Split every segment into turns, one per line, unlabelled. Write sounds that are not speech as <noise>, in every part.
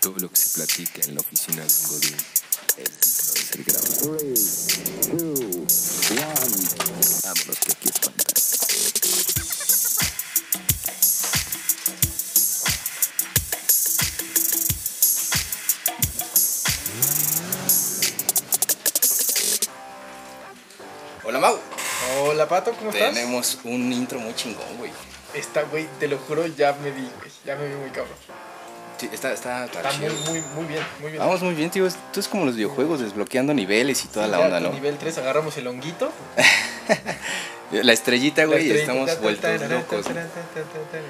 Todo lo que se platica en la oficina de un godín es digno de ser grabado. Vámonos que aquí es fantástico.
Hola Mau,
Hola Pato, ¿cómo estás?
tenemos un intro muy chingón, güey.
Está, güey, te lo juro, ya me vi, güey. Ya me vi muy cabrón.
Sí, está, está, está
Está muy,
Ah, chido.
muy, muy bien, muy bien.
Vamos muy bien, tío. Tú es como los videojuegos, desbloqueando niveles y toda
Sí,
la
ya
onda,
con
¿no?
Nivel 3 agarramos el honguito.
La estrellita,
La
güey,
estrellita,
estamos
tan,
vueltos
tan,
locos.
tan, tan,
¿no?
tan, tan, tan.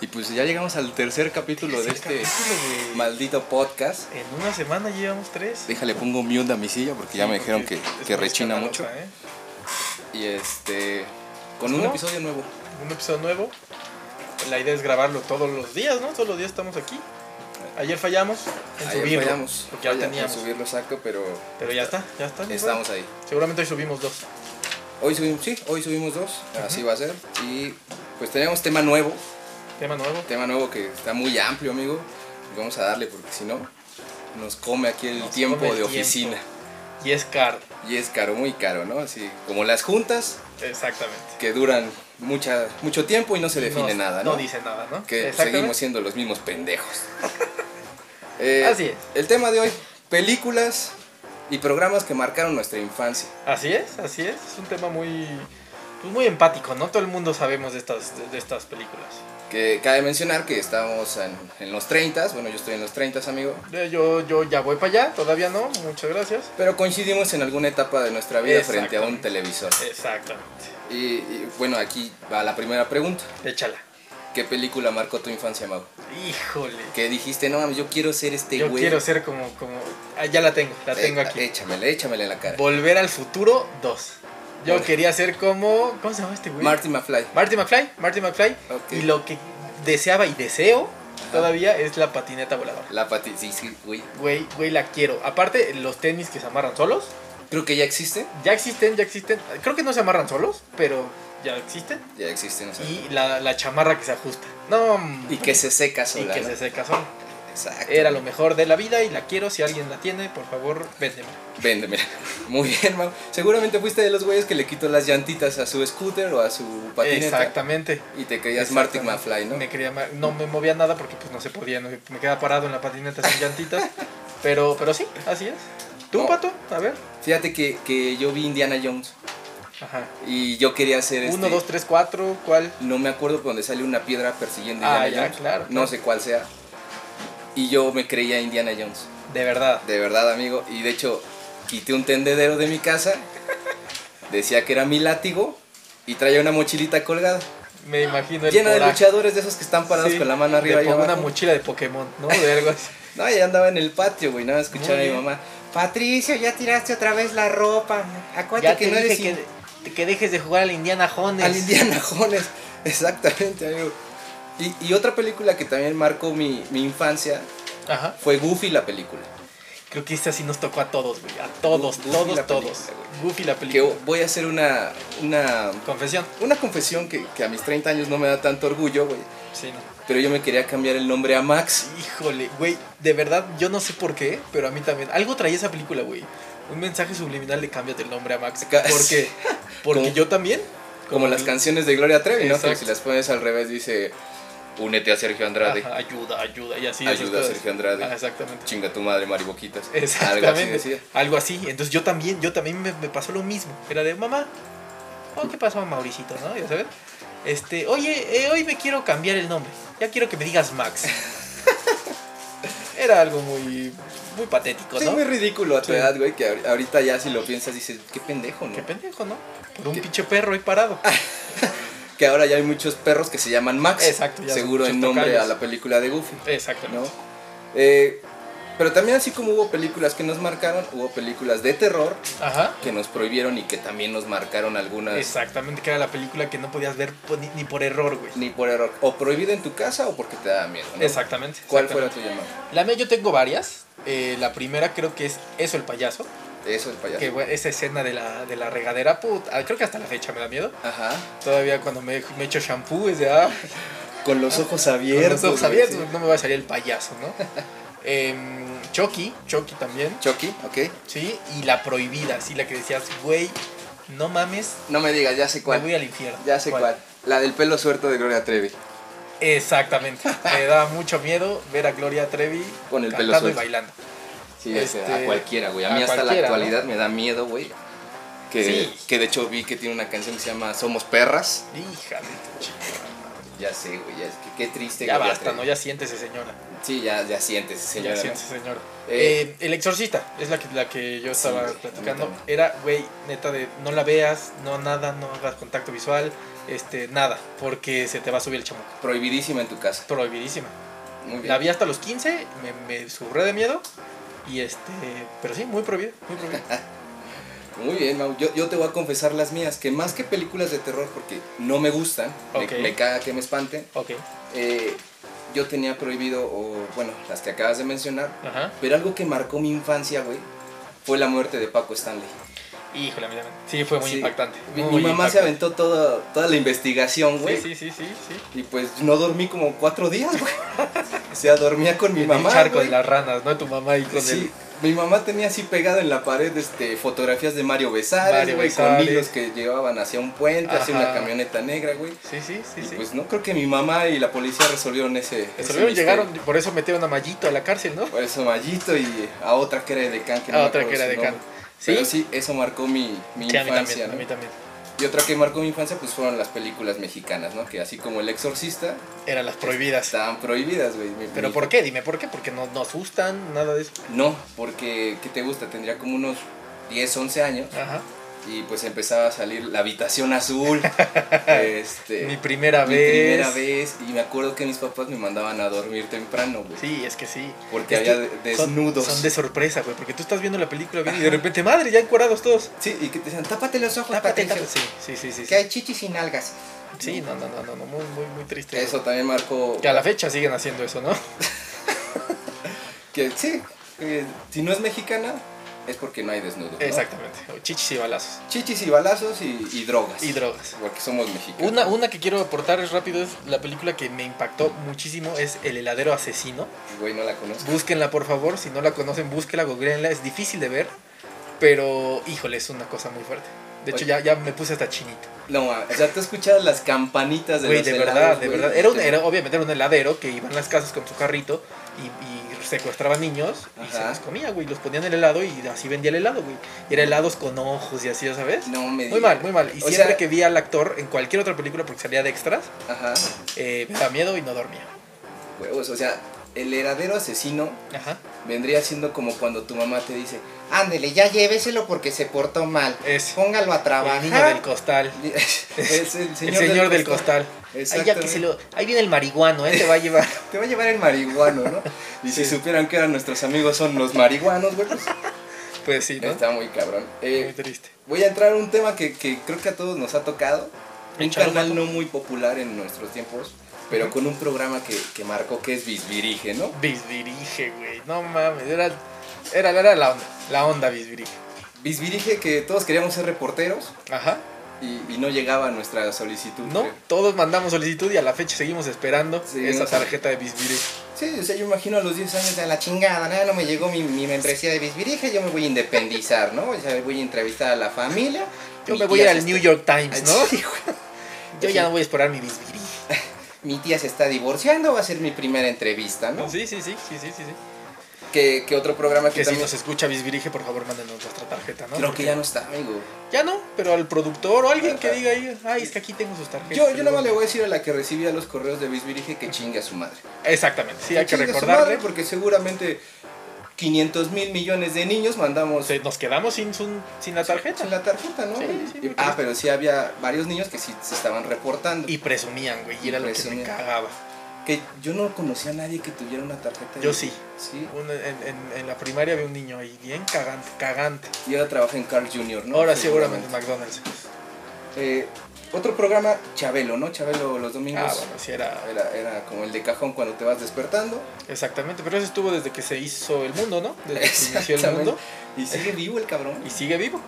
Y pues ya llegamos al tercer capítulo de
Tercer
este
capítulo, güey.
maldito podcast.
En una semana llevamos 3.
Déjale, pongo mute a mi silla porque ya me dijeron que, que rechina mucho.
¿eh?
Y este. Con un
¿No?
episodio nuevo.
Un episodio nuevo. La idea es grabarlo todos los días, ¿no? Todos los días estamos aquí. Ayer fallamos en
Ayer
subirlo.
fallamos.
Porque ya lo
Falla- en
teníamos.
subirlo saco, pero
Pero ya está, ya está. mi
estamos ahí.
güey. Seguramente hoy subimos dos.
Hoy subimos, sí, hoy subimos dos, así va a ser. Y pues tenemos tema nuevo,
Tema nuevo.
tema nuevo que está muy amplio, amigo. Y Vamos a darle porque si no, nos come aquí el
Nos
tiempo
come el
de
tiempo.
oficina.
Y es card.
Y es caro, muy caro, ¿no? Así como las juntas
Exactamente.
que duran mucha, mucho tiempo y no se define nada, ¿no?
No dice nada, ¿no?
que
Exactamente.
seguimos siendo los mismos
<laughs>
pendejos. Eh,
Así es.
El tema de hoy, películas y programas que marcaron nuestra infancia.
Así es, así es. Es un tema muy, pues muy empático, ¿no? Todo el mundo sabemos de estas, de, de estas películas.
Que cabe mencionar que estamos en, en los 30, bueno yo estoy en los 30 amigo,
Eh, Yo, yo ya voy para allá, todavía no, muchas gracias.
pero coincidimos en alguna etapa de nuestra vida frente a un
Exactamente.
televisor.
Exactamente.
Y, y, bueno, aquí va la primera pregunta.
Échala.
¿Qué película marcó tu infancia, Mau?
Híjole.
Que dijiste, no mames, yo quiero ser este
Yo
güey.
quiero ser como, como... Ah, ya la tengo, la
Eh,
tengo aquí.
Échamela, échamela en la cara.
Volver al futuro 2. Yo
Bueno.
quería ser como... ¿Cómo se llama este güey?
Marty McFly.
Marty McFly. Marty McFly.
Ok.
Y lo que deseaba y deseo todavía es la patineta voladora.
La pati, sí, sí, güey.
Güey, güey, la quiero. Aparte, los tenis que se amarran solos.
Creo que ya existe.
Ya existen, ya existen. Creo que no se amarran solos, pero ya existen.
Ya existe, no sé.
Y la, la chamarra que se ajusta. No,
Y que se seca
y
sola.
que
¿no?
se seca sola.
Exacto.
Era lo mejor de la vida y la quiero. Si alguien la tiene, por favor, véndeme.
Véndemela. <laughs> Muy bien, Mau. Seguramente fuiste de los güeyes que le quitó las llantitas a su scooter o a su patineta.
Exactamente.
Y te creías Marty
Exactamente.
McFly, ¿no?
Me creía ma- no me movía nada porque pues no se podía. no- me quedaba parado en la patineta sin llantitas.
<laughs>
Pero, pero sí, así es. ¿Tú,
No.
Pato? A ver.
Fíjate que, que yo vi Indiana Jones
Ajá.
y yo quería ser este...
Uno, dos, tres, cuatro. ¿Cuál?
No me acuerdo por dónde sale una piedra persiguiendo a
Ah,
Indiana
ya,
Jones.
claro,
No
claro.
sé cuál sea. Y yo me creía Indiana Jones.
De verdad.
De verdad, amigo. Y de hecho, quité un tendedero de mi casa. <laughs> Decía que era mi látigo. Y traía una mochilita colgada.
Me imagino el
llena de
coraje.
luchadores de esos que están parados
Sí,
con la mano arriba
de
y
po-
abajo.
una mochila de Pokémon, ¿no? De
<laughs>
algo así.
No, ya andaba en el patio, güey, nada más escuchaba a
Muy
mi
bien.
mamá. Patricio, ya tiraste otra vez la ropa. Acuérdate que no eres in-
que, dejes de jugar al Indiana Jones.
al Indiana Jones. Exactamente, amigo. Y, y otra película que también marcó mi, mi infancia
Ajá.
fue Goofy la película.
Creo que esta sí nos tocó a todos, güey. A todos,
Goofy la
todos,
película,
todos.
güey.
Goofy la
Que
película.
voy a hacer una una,
Confesión.
una confesión que, que a mis 30 años no me da tanto orgullo, güey.
Sí, no.
Pero yo me quería cambiar el nombre a Max.
Híjole, güey. De verdad, yo no sé por qué, pero a mí también. Algo traía esa película, güey. Un mensaje subliminal de cámbiate el nombre a Max.
Acá-
Porque,
<laughs>
porque
Como-
yo también.
Como las canciones de Gloria Trevi, ¿no? Que
Exacto.
si las pones al revés dice, únete a Sergio Andrade.
Ajá, ayuda, ayuda. Y así. esas
Ayuda a
cosas.
Sergio Andrade.
Ah, exactamente.
Chinga tu madre, Mariboquitas.
Exactamente.
Algo así decía.
Algo así. Entonces yo también, yo también me, me pasó lo mismo. Era de mamá. oh, ¿Qué pasó, Mauricito? ¿No? Ya sabes. Este, oye, eh, hoy me quiero cambiar el nombre. Ya quiero que me
<laughs>
digas Max. Era algo muy, muy patético,
Sí,
¿no?
muy ridículo a tu
Sí.
edad, güey, que ahor- ahorita ya si lo piensas dices, qué pendejo, ¿no?
Qué pendejo, ¿no? Por un
¿Qué? Ah,
pinche perro ahí parado.
Que ahora ya hay muchos perros que se llaman Max.
Exacto, ya
Seguro
son
en
muchos
nombre
tocayos.
a la película de Goofy, ¿no?
Exactamente.
Eh, pero también así como hubo películas que nos marcaron, hubo películas de terror
Ajá.
que nos prohibieron y que también nos marcaron algunas,
Exactamente, que era la película que no podías ver po- ni, ni por error, güey.
ni por error, o prohibida en tu casa o porque te da miedo, ¿no?
Exactamente.
¿Cuál
exactamente.
fue la tuya, Mau?
La mía yo tengo varias. Eh, la primera creo que es Eso el payaso.
Eso, el payaso.
Que güey, esa escena de la, de la ah, regadera, puta, creo que hasta la fecha me da miedo.
Ajá.
Todavía cuando me, me echo shampoo es de, ah,
Con los ojos abiertos.
Con los ojos
güey,
abiertos,
sí.
no me va a salir el payaso, ¿no? <laughs> Em, Chucky, Chucky también,
Chucky, ok.
¿sí? Y la prohibida, sí, la que decías, güey, no mames,
No me digas, ya sé cuál.
me voy al infierno.
Ya sé cuál. La del pelo suelto de Gloria Trevi. <laughs>
Exactamente. me da mucho miedo ver a Gloria Trevi
Con el pelo
cantando y
suelto.
bailando.
Sí, este,
Este,
a cualquiera, güey. A
a
mí hasta la
cualquiera, ¿no?
actualidad me da miedo, güey. Que,
Sí.
que de hecho vi que tiene una canción que se llama Somos Perras.
Híjale, tu chingada.
Ya sé, güey. Ya, es que- qué triste.
Ya
Gloria
basta,
Trevi.
¿no? Ya siéntese, señora.
Sí, ya, ya sientes, señora.
Ya
¿no?
siéntese, señora.
Eh,
Eh, el exorcista, es la que, la que yo estaba
güey, a
platicando.
mí también.
Era, güey, neta de no la veas, no nada, no hagas contacto visual, este, nada, porque se te va a subir el chamuco.
Prohibidísima en tu casa.
Prohibidísima.
Muy bien.
La vi hasta los 15, me, me surré de miedo. Y este, pero sí, muy prohibida, muy prohibida.
<laughs> Muy bien, Mau. Yo, yo te voy a confesar las mías, que más que películas de terror, porque no me gustan, me-
Ok.
me, caga que me espanten,
Ok,
eh, yo tenía prohibido, o bueno, las que acabas de mencionar,
ajá.
pero algo que marcó mi infancia, güey, fue la muerte de Paco Stanley.
Híjole, mira, sí, fue muy
Sí.
impactante.
Mi,
muy
mi mamá se
impactante.
aventó toda, toda la investigación, güey,
Sí, sí, sí, sí, sí.
y pues no dormí como cuatro días, güey. o sea, dormía con mi
En
mamá.
el charco
güey.
de las ranas, ¿no? Tu mamá ahí con
Sí, mi mamá tenía así pegada en la pared este, fotografías de Mario Besares,
Mario
güey, con
Besares.
hilos que llevaban hacia un puente, hacia
Ajá.
una camioneta negra, güey.
el. Sí, sí, sí,
Y
sí.
pues no creo que mi mamá y la policía resolvieron ese. ese
Resolvieron,
misterio.
llegaron, por eso metieron a Mallito a la cárcel, ¿no?
Por eso Mallito y a otra que era de Can. Que no
A
me
Ah, otra
acuerdo
que era
su
de
nombre.
Can. ¿Sí?
Pero sí, eso marcó mi, mi
Sí, a mí
infancia.
también, a mí
¿no?
también.
Y otra que marcó mi infancia pues fueron las películas mexicanas, ¿no? Que así como El Exorcista,
Eran las prohibidas.
estaban prohibidas, güey. Mi-
Pero
mi-
¿por qué? Dime, ¿por qué? Porque no, no asustan, nada de eso.
No, porque, ¿qué te gusta? Tendría como unos 10, 11 años.
Ajá.
y pues empezaba a salir la habitación
<laughs>
azul. este,
Eh, mi primera
mi
vez.
primera vez. Y me acuerdo que mis papás me mandaban a dormir temprano, güey.
Sí, es que sí.
Porque
Es que
había de-
son-
desnudos.
Son, de sorpresa, güey, porque tú estás viendo la película bien y de repente, madre, ya encuadrados todos.
Sí, y que te decían, tápate los ojos,
Tápate,
Patricio,
tápate. Sí, sí, sí, sí.
Que hay chichis sin algas.
Sí, no, no, no, no, no, muy, muy, muy triste.
Eso también marcó.
Que a la fecha siguen haciendo eso, ¿no?
Que sí, eh, si no es mexicana, es porque no hay desnudos. ¿no?
Exactamente. Chichis y balazos.
Chichis y balazos y, y drogas.
Y drogas.
Porque somos mexicanos.
Una, una que quiero aportar es rápido, es la película que me impactó muchísimo, es El heladero asesino.
Güey, no la conozco.
Búsquenla, por favor, si no la conocen, búsquenla, googleenla, es difícil de ver, pero híjole, es una cosa muy fuerte. De hecho,
Oye.
ya, ya me puse hasta chinito.
No, o sea, tú escuchabas las campanitas de
Güey,
los
de
helados,
verdad, de
güey,
verdad. Era, un,
este,
era obviamente era un heladero que iba en las casas con su carrito y, y secuestraba niños y se
Ajá.
los comía, güey. Los ponía en el helado y así vendía el helado, güey. Y era helados con ojos y así, ya sabes.
No me
Muy mal, muy mal. Y
O
siempre
sea-
que vi al actor en cualquier otra película, porque salía de extras,
Ajá.
eh, me daba miedo y no dormía.
Huevos, o sea, el heredero asesino
Ajá.
vendría siendo como cuando tu mamá te dice, ándele, ya lléveselo porque se portó mal.
Es
Póngalo a
el niño del
trabajar.
costal.
<laughs> es el
el señor del costal. Ahí, ya que se lo, ahí viene el marihuano, ¿eh? Te va a llevar.
Te va a llevar el marihuano, ¿no? Y si
Sí.
supieran que eran nuestros amigos son los marihuanos, güey, pues,
<laughs> Pues sí, ¿no?
está muy cabrón.
Muy
Eh,
triste.
voy a entrar a un tema que, que creo que a todos nos ha tocado. Un
Échale,
canal
Paco.
no muy popular en nuestros tiempos, pero con un programa que, que marcó que es Bisbirige, ¿no?
Bisbirige, güey. No mames, era, era, era la onda. La onda bisbirige.
Bisbirige que todos queríamos ser reporteros.
Ajá.
Y, y no llegaba a nuestra solicitud.
No,
creo.
todos mandamos solicitud y a la fecha seguimos esperando
Seguimos.
esa tarjeta de bisbirige.
Sí, o sea, yo imagino a los 10 años a la chingada, nada, no me llegó mi, mi membresía de Bisbirige, yo me voy a independizar, ¿no? O sea, voy a entrevistar a la familia.
Yo
mi
me voy a
tía se
ir al
está-
New York Times, ¿no? <laughs>
Sí, güey.
Yo ya no voy a esperar mi bisbirige.
Mi tía se está divorciando, va a ser mi primera entrevista, ¿no?
Sí, sí, sí, sí, sí, sí. sí.
Que, que otro programa que,
Que si
también...
nos escucha bisbirige, por favor, mándenos nuestra tarjeta, ¿no?
Creo
Porque
que ya no está, amigo.
Ya no, pero al productor o alguien que
Ajá.
diga ahí, ay, es que aquí tengo sus tarjetas.
Yo, yo nada más le voy a decir a la que recibía los correos de Bisbirige que chingue a su madre.
Exactamente, sí, hay que
chingue a su
recordarle.
madre porque seguramente 500 mil millones de niños mandamos
Se- Nos quedamos sin, su- sin la tarjeta.
En la tarjeta, ¿no?
Sí, sí,
Y-
me
ah,
parece.
pero sí había varios niños que sí se estaban reportando.
Y presumían, güey, y era lo que me
Presumían.
cagaba.
que yo no conocía a nadie que tuviera una tarjeta. de-
Yo sí.
Sí.
Un- en, en- en la primaria había un niño ahí bien cagante, cagante.
Y ahora trabaja en Carl Jr., ¿no?
Ahora seguramente en McDonald's.
Eh, otro programa, Chabelo, ¿no? Chabelo los domingos.
Ah, bueno, sí era.
Era, era como el de cajón cuando te vas despertando.
Exactamente, pero eso estuvo
<laughs>
desde que se hizo el mundo, ¿no? Desde que se inició el
Exactamente.
mundo
Y sigue vivo el cabrón.
y sigue vivo.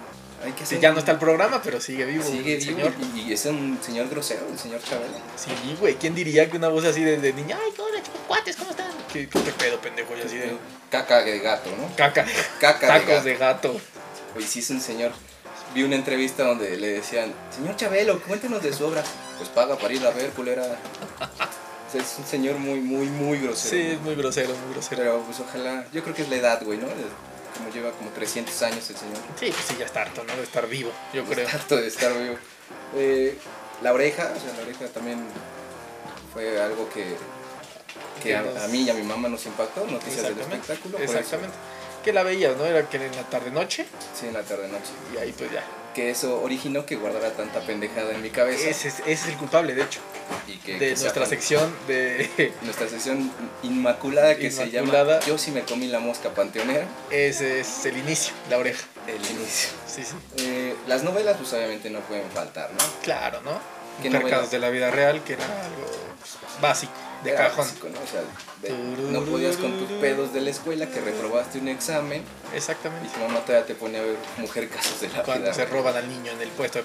Hay que
Sí,
hacer
ya
un-
no está el programa, pero sigue vivo.
Sigue
el
vivo
señor.
y, y es un señor grosero, el señor Chabela.
Sí, güey, ¿quién diría que una voz así de, de niña, ay, hola, chicos, cuates, ¿cómo están? ¿Qué, qué pedo, pendejo? Y así de
Caca de gato, ¿no?
caca,
Caca de
tacos
gato.
de gato.
Oye, sí es un señor. Vi una entrevista donde le decían, señor Chabelo, cuéntenos de su obra. Pues paga para ir a ver, culera. O sea, es un señor muy, muy, muy grosero.
Sí, es muy grosero, muy grosero.
Pero pues ojalá, yo creo que es la edad, güey, ¿no? Es- Como lleva como 300 años el señor.
Sí, pues sí, ya está harto, ¿no? De estar vivo, yo creo.
Es harto de estar vivo. Eh, la oreja, o sea, la oreja también fue algo que, que
Que
a,
nos-
a mí y a mi mamá nos impactó, noticias del
Exactamente.
espectáculo. por eso.
Exactamente. Que la veías, ¿no? Era que en la tarde-noche
Sí, en la tarde-noche.
y ahí pues ya.
Que eso originó que guardara tanta pendejada en mi cabeza.
Ese es, ese es el culpable, de hecho,
y Pues, que,
de
que sea
nuestra
tan-
sección de... <laughs>
Nuestra sección inmaculada que se
Inmaculada.
llama Yo sí me comí la mosca panteonera.
Ese es el inicio, la oreja.
El inicio.
Sí, sí.
Eh, las novelas pues obviamente no pueden faltar, ¿no?
Claro, ¿no?
¿Qué novela?
Mercados de la vida real, que era algo pues, básico, de
Era
cajón.
básico, ¿no? O sea, de- no podías con tus pedos de la escuela que reprobaste un examen y
Exactamente.
tu mamá todavía te ponía a ver mujer casos de la
Cuando
vida
se roban al niño en el puesto de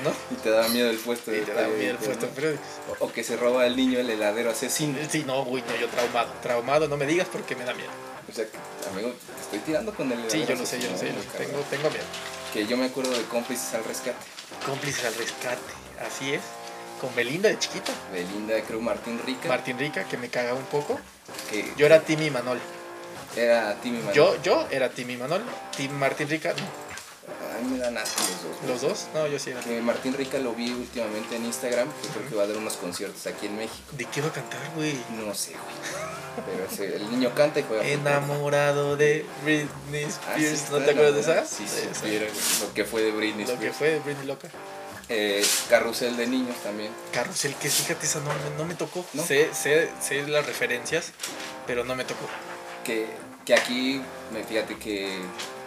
<laughs>
¿no?
y te daba miedo el puesto
y
de
te da miedo el
periódico,
puesto de este.
¿no?
periódicos.
o, o que se roba el niño el heladero asesino.
Sí, no, güey, no, yo traumado. Traumado, no me digas porque me da miedo.
O sea, que, amigo, te estoy tirando con el heladero
Sí, yo lo sé, yo
asesino,
lo sé. yo lo
¿no?
sé.
Cabrón.
Tengo, tengo miedo.
Que yo me acuerdo de cómplices al rescate.
Cómplices al rescate, así es. Con Belinda de chiquita,
Belinda, creo Martín Rica.
Martín Rica, que me caga un poco.
que
Yo era Timmy Manol.
era Timmy Manuel.
Yo, yo era Timmy Manol. Tim Martín Rica, no.
A mí me dan asco los dos.
Los dos, no, yo sí era.
Que Martín Rica lo vi últimamente en Instagram, que creo que va a dar unos conciertos aquí en México.
¿De qué va a cantar, güey?
No sé, güey. Pero ese- el niño canta y
<laughs>
juega. fútbol.
Enamorado de Britney
Ah, sí,
Spears.
está
¿No te acuerdas de
enamorado.
esa?
Sí,
Esa.
supiera, güey, Lo que fue de Britney
Lo que
Spears.
fue de Britney Loca.
Eh, carrusel de niños también.
Carrusel, que fíjate, esa no, no me tocó.
¿No?
Sé, sé, sé las referencias, pero no me tocó.
Que, que aquí, me fíjate que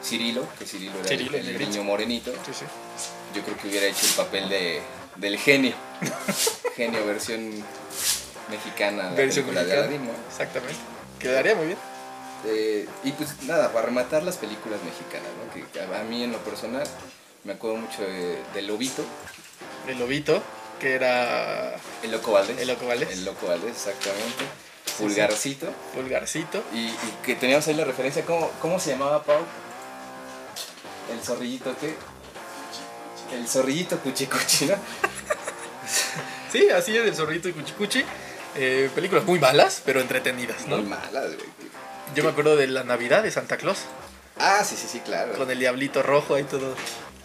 Cirilo, que Cirilo era
Cirilo,
el,
el
el
negrito.
niño morenito,
Sí, sí.
yo creo que hubiera hecho el papel de, del
<laughs>
genio. genio, versión mexicana. de la
Versión
película de
mexicana.
Aladín, ¿no?
Exactamente. Quedaría muy bien.
Eh, y pues nada, para rematar las películas mexicanas, ¿no? que que a mí en lo personal me acuerdo mucho de, de Lobito,
El lobito, que era
el Loco Valdés.
El Loco Valdés.
El Loco Valdés, exactamente. Pulgarcito.
vulgarcito.
Y, y que teníamos ahí la referencia, ¿cómo, cómo se llamaba Pau? El zorrillito que... El zorrillito cuchicuchi, ¿no?
Sí, así es, el zorrito y cuchicuchi. Eh, películas muy malas, pero entretenidas, ¿no?
Muy malas, güey.
Yo me acuerdo de la Navidad de Santa Claus,
Ah, sí, sí, sí, claro.
con el diablito rojo ahí todo.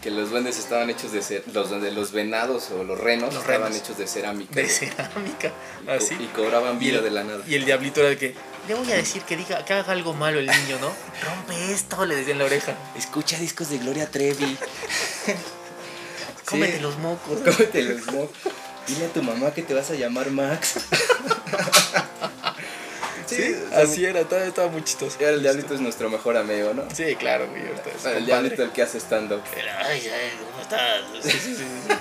Que los duendes estaban hechos de... cer- Los, duendes- los venados o los renos
Los
estaban
renos.
hechos de cerámica.
de
güey.
cerámica,
Y co-
así.
Y cobraban vida de la nada.
Y el diablito era el que, le voy a decir que diga, que haga algo malo el niño, ¿no? Rompe esto, le decía en la oreja.
Escucha discos de Gloria <laughs> Trevi.
Cómete los mocos.
Cómetelos, ¿no? Dile a tu mamá que te vas a llamar Max. <laughs> <laughs> sí, o sea,
así era, todavía estaba muy chistoso.
Ahora el diablito es nuestro mejor amigo, ¿no?
Sí, claro, güey, ahorita es
el
compadre.
diablito el que hace stand-up.
Era, Ay, ay, ¿cómo estás? Sí, sí, sí, sí.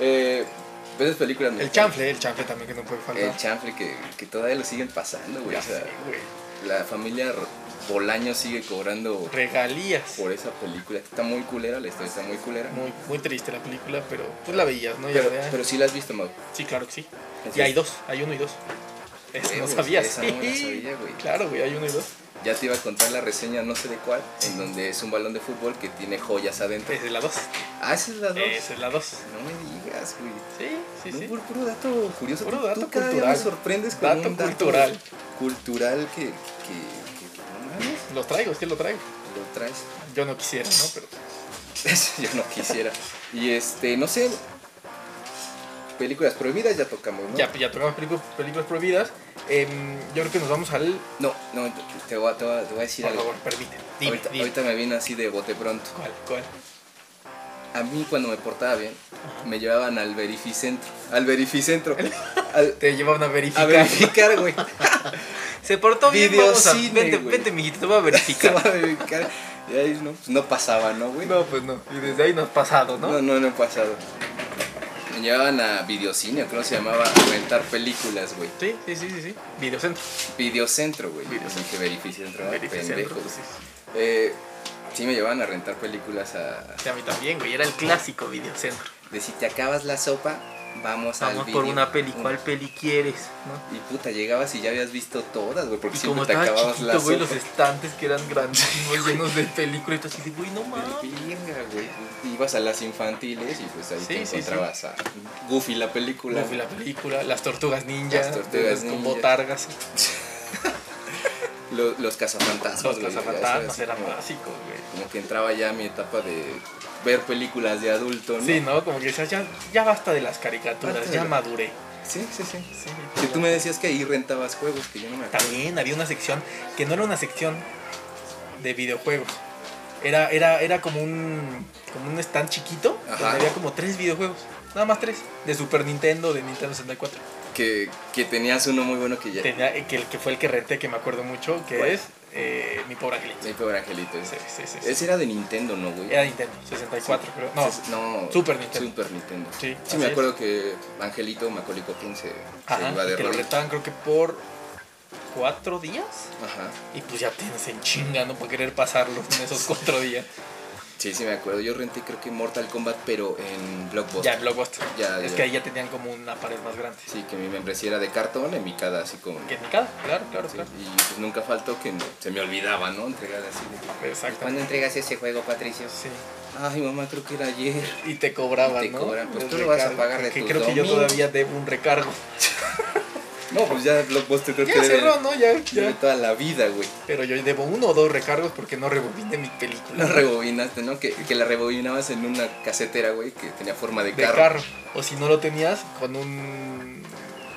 Eh, ¿Ves las películas?
El
mexicanas?
chanfle, el chanfle también que no puede faltar.
El chanfle que, que todavía lo siguen pasando, güey.
Ya
O sea,
sé, güey.
la familia R- Bolaño sigue cobrando
Regalías.
por esa película. Está muy culera, la historia está muy culera.
Muy, muy triste la película, pero pues la veías, ¿no? Ya
Pero,
vea.
pero sí la has visto, Mau.
Sí, claro que sí.
Así
Y hay
es.
dos, hay uno y dos. Eso no
Huevos,
sabías.
Eh, esa no me la sabía, güey.
Claro, güey, hay uno y dos.
Ya te iba a contar la reseña, no sé de cuál, en donde es un balón de fútbol que tiene joyas adentro.
Esa es la dos.
Ah, esa es la dos.
Esa es la dos.
No me digas, güey.
Sí, sí,
No,
sí.
Por puro dato curioso.
Puro
Tú- tú
dato
cada día
cultural.
me sorprendes con
Dato
un dato
cultural.
Cultural que. que, que- que no mames,
Los traigo, es que lo traigo.
Lo traes. <laughs>
Yo no quisiera, ¿no? Pero
Eso yo no quisiera. Y este, no sé. Películas prohibidas ya tocamos, ¿no?
ya, ya tocamos películas, películas prohibidas. Em, yo creo que nos vamos al.
No, no, te voy a, te voy a- te voy a decir
Por
algo.
favor, permíteme. Dime,
ahorita,
dime.
ahorita me viene así de bote pronto.
¿Cuál, cuál?
A mí cuando me portaba bien, me llevaban al verificentro. Al verificentro. al-
Te llevaban a
a
verificar.
verificar, güey.
Se portó bien, vamos a.
Videocine,
Vete,
güey.
vete, mijito, te voy a
Se va <laughs>
verificar.
a verificar. Y ahí no, pues, no pasaba, ¿no, güey?
no, pues no. Y desde ahí no has pasado, ¿no?
No, no, no he pasado. Me llevaban a videocine, creo que se llamaba a rentar películas, güey.
Sí, sí, sí, sí, sí. Videocentro.
Videocentro, güey.
Videocentro.
Dije verificentro, ¿no?
Verificentro,
Pendejo,
sí.
Eh, Sí, me llevaban a rentar películas a.
Sí, a mí también, güey. Era el clásico videocentro.
De si te acabas la sopa, vamos, al
Vamos
video.
por una peli, ¿cuál peli quieres? ¿no?
Y puta, llegabas y ya habías visto todas, güey, porque
Y como
siempre te
estaba
acababas la
chiquito, güey, los
sopa.
estantes que eran grandísimos, <laughs> llenos de películas. Y tú así de, güey, no mames.
Verga, güey. Ibas a las infantiles y pues ahí
Sí,
te
sí, sí.
encontrabas a Goofy la película.
Como fue la película, las tortugas ninja,
Las tortugas
con
ninja.
botargas,
Lo- Los, cazafantasmas.
los
güey, ya sabes,
cazafantasmas, era
como-
básico, güey.
Como que entraba ya mi etapa de ver películas de adulto, ¿no?
Sí, ¿no? Como que decías, ya, ya basta de las caricaturas,
Basta de
ya
la-
maduré.
sí, sí, sí.
Sí,
Que tú me decías que ahí rentabas juegos, que yo no me acuerdo.
También había una sección que no era una sección de videojuegos. Era, era, era como un como un stand chiquito
Ajá.
donde había como tres videojuegos. Nada más tres. De Super Nintendo, de Nintendo 64.
Que, que tenías uno muy bueno que ya.
Tenía, eh, que el que fue el que renté, que me acuerdo mucho, que
¿Cuál?
es eh, Mi Pobre Angelito.
Mi pobre angelito.
Sí,
Ese.
sí, sí, sí.
ese era de Nintendo, ¿no, güey?
Era Nintendo, 64 creo. No,
Ses- no.
Super Nintendo.
Super Nintendo.
Sí,
Sí, me
así
acuerdo que Angelito Macaulay Culkin se, se
Ajá,
iba de
que lo
rol.
retaban creo que por cuatro días.
Ajá.
Y pues ya tienes en chinga, ¿no? Por querer pasarlo en esos cuatro días.
Sí, sí, me acuerdo. Yo renté creo que Mortal Kombat, pero en Blockbuster.
Ya en Blockbuster.
Ya,
es
ya.
que ahí ya tenían como una pared más grande.
Sí, que mi membresía era de cartón en mi cada así como...
Que ni cada, claro, claro,
Sí,
claro.
Y pues nunca faltó que me- se me olvidaba, ¿no? Entregar así. de-
Exactamente.
entregas ese juego, Patricio?
Sí.
Ay, mamá, creo que era ayer.
Y te cobraban,
Y te
¿no?
cobran, pues
El
tú lo vas a
recargo,
pagar de
Que
tus
creo que yo
domingos.
todavía debo un recargo.
No, pues ya Blockbuster creo que
Ya
debe,
cerró, ¿no? Ya,
debe
ya.
toda la vida, güey.
Pero yo debo uno o dos recargos porque no rebobiné mi película.
La rebobinaste, ¿no? Que, que la rebobinabas en una casetera, güey, que tenía forma de
de
carro.
carro. O si no lo tenías, con un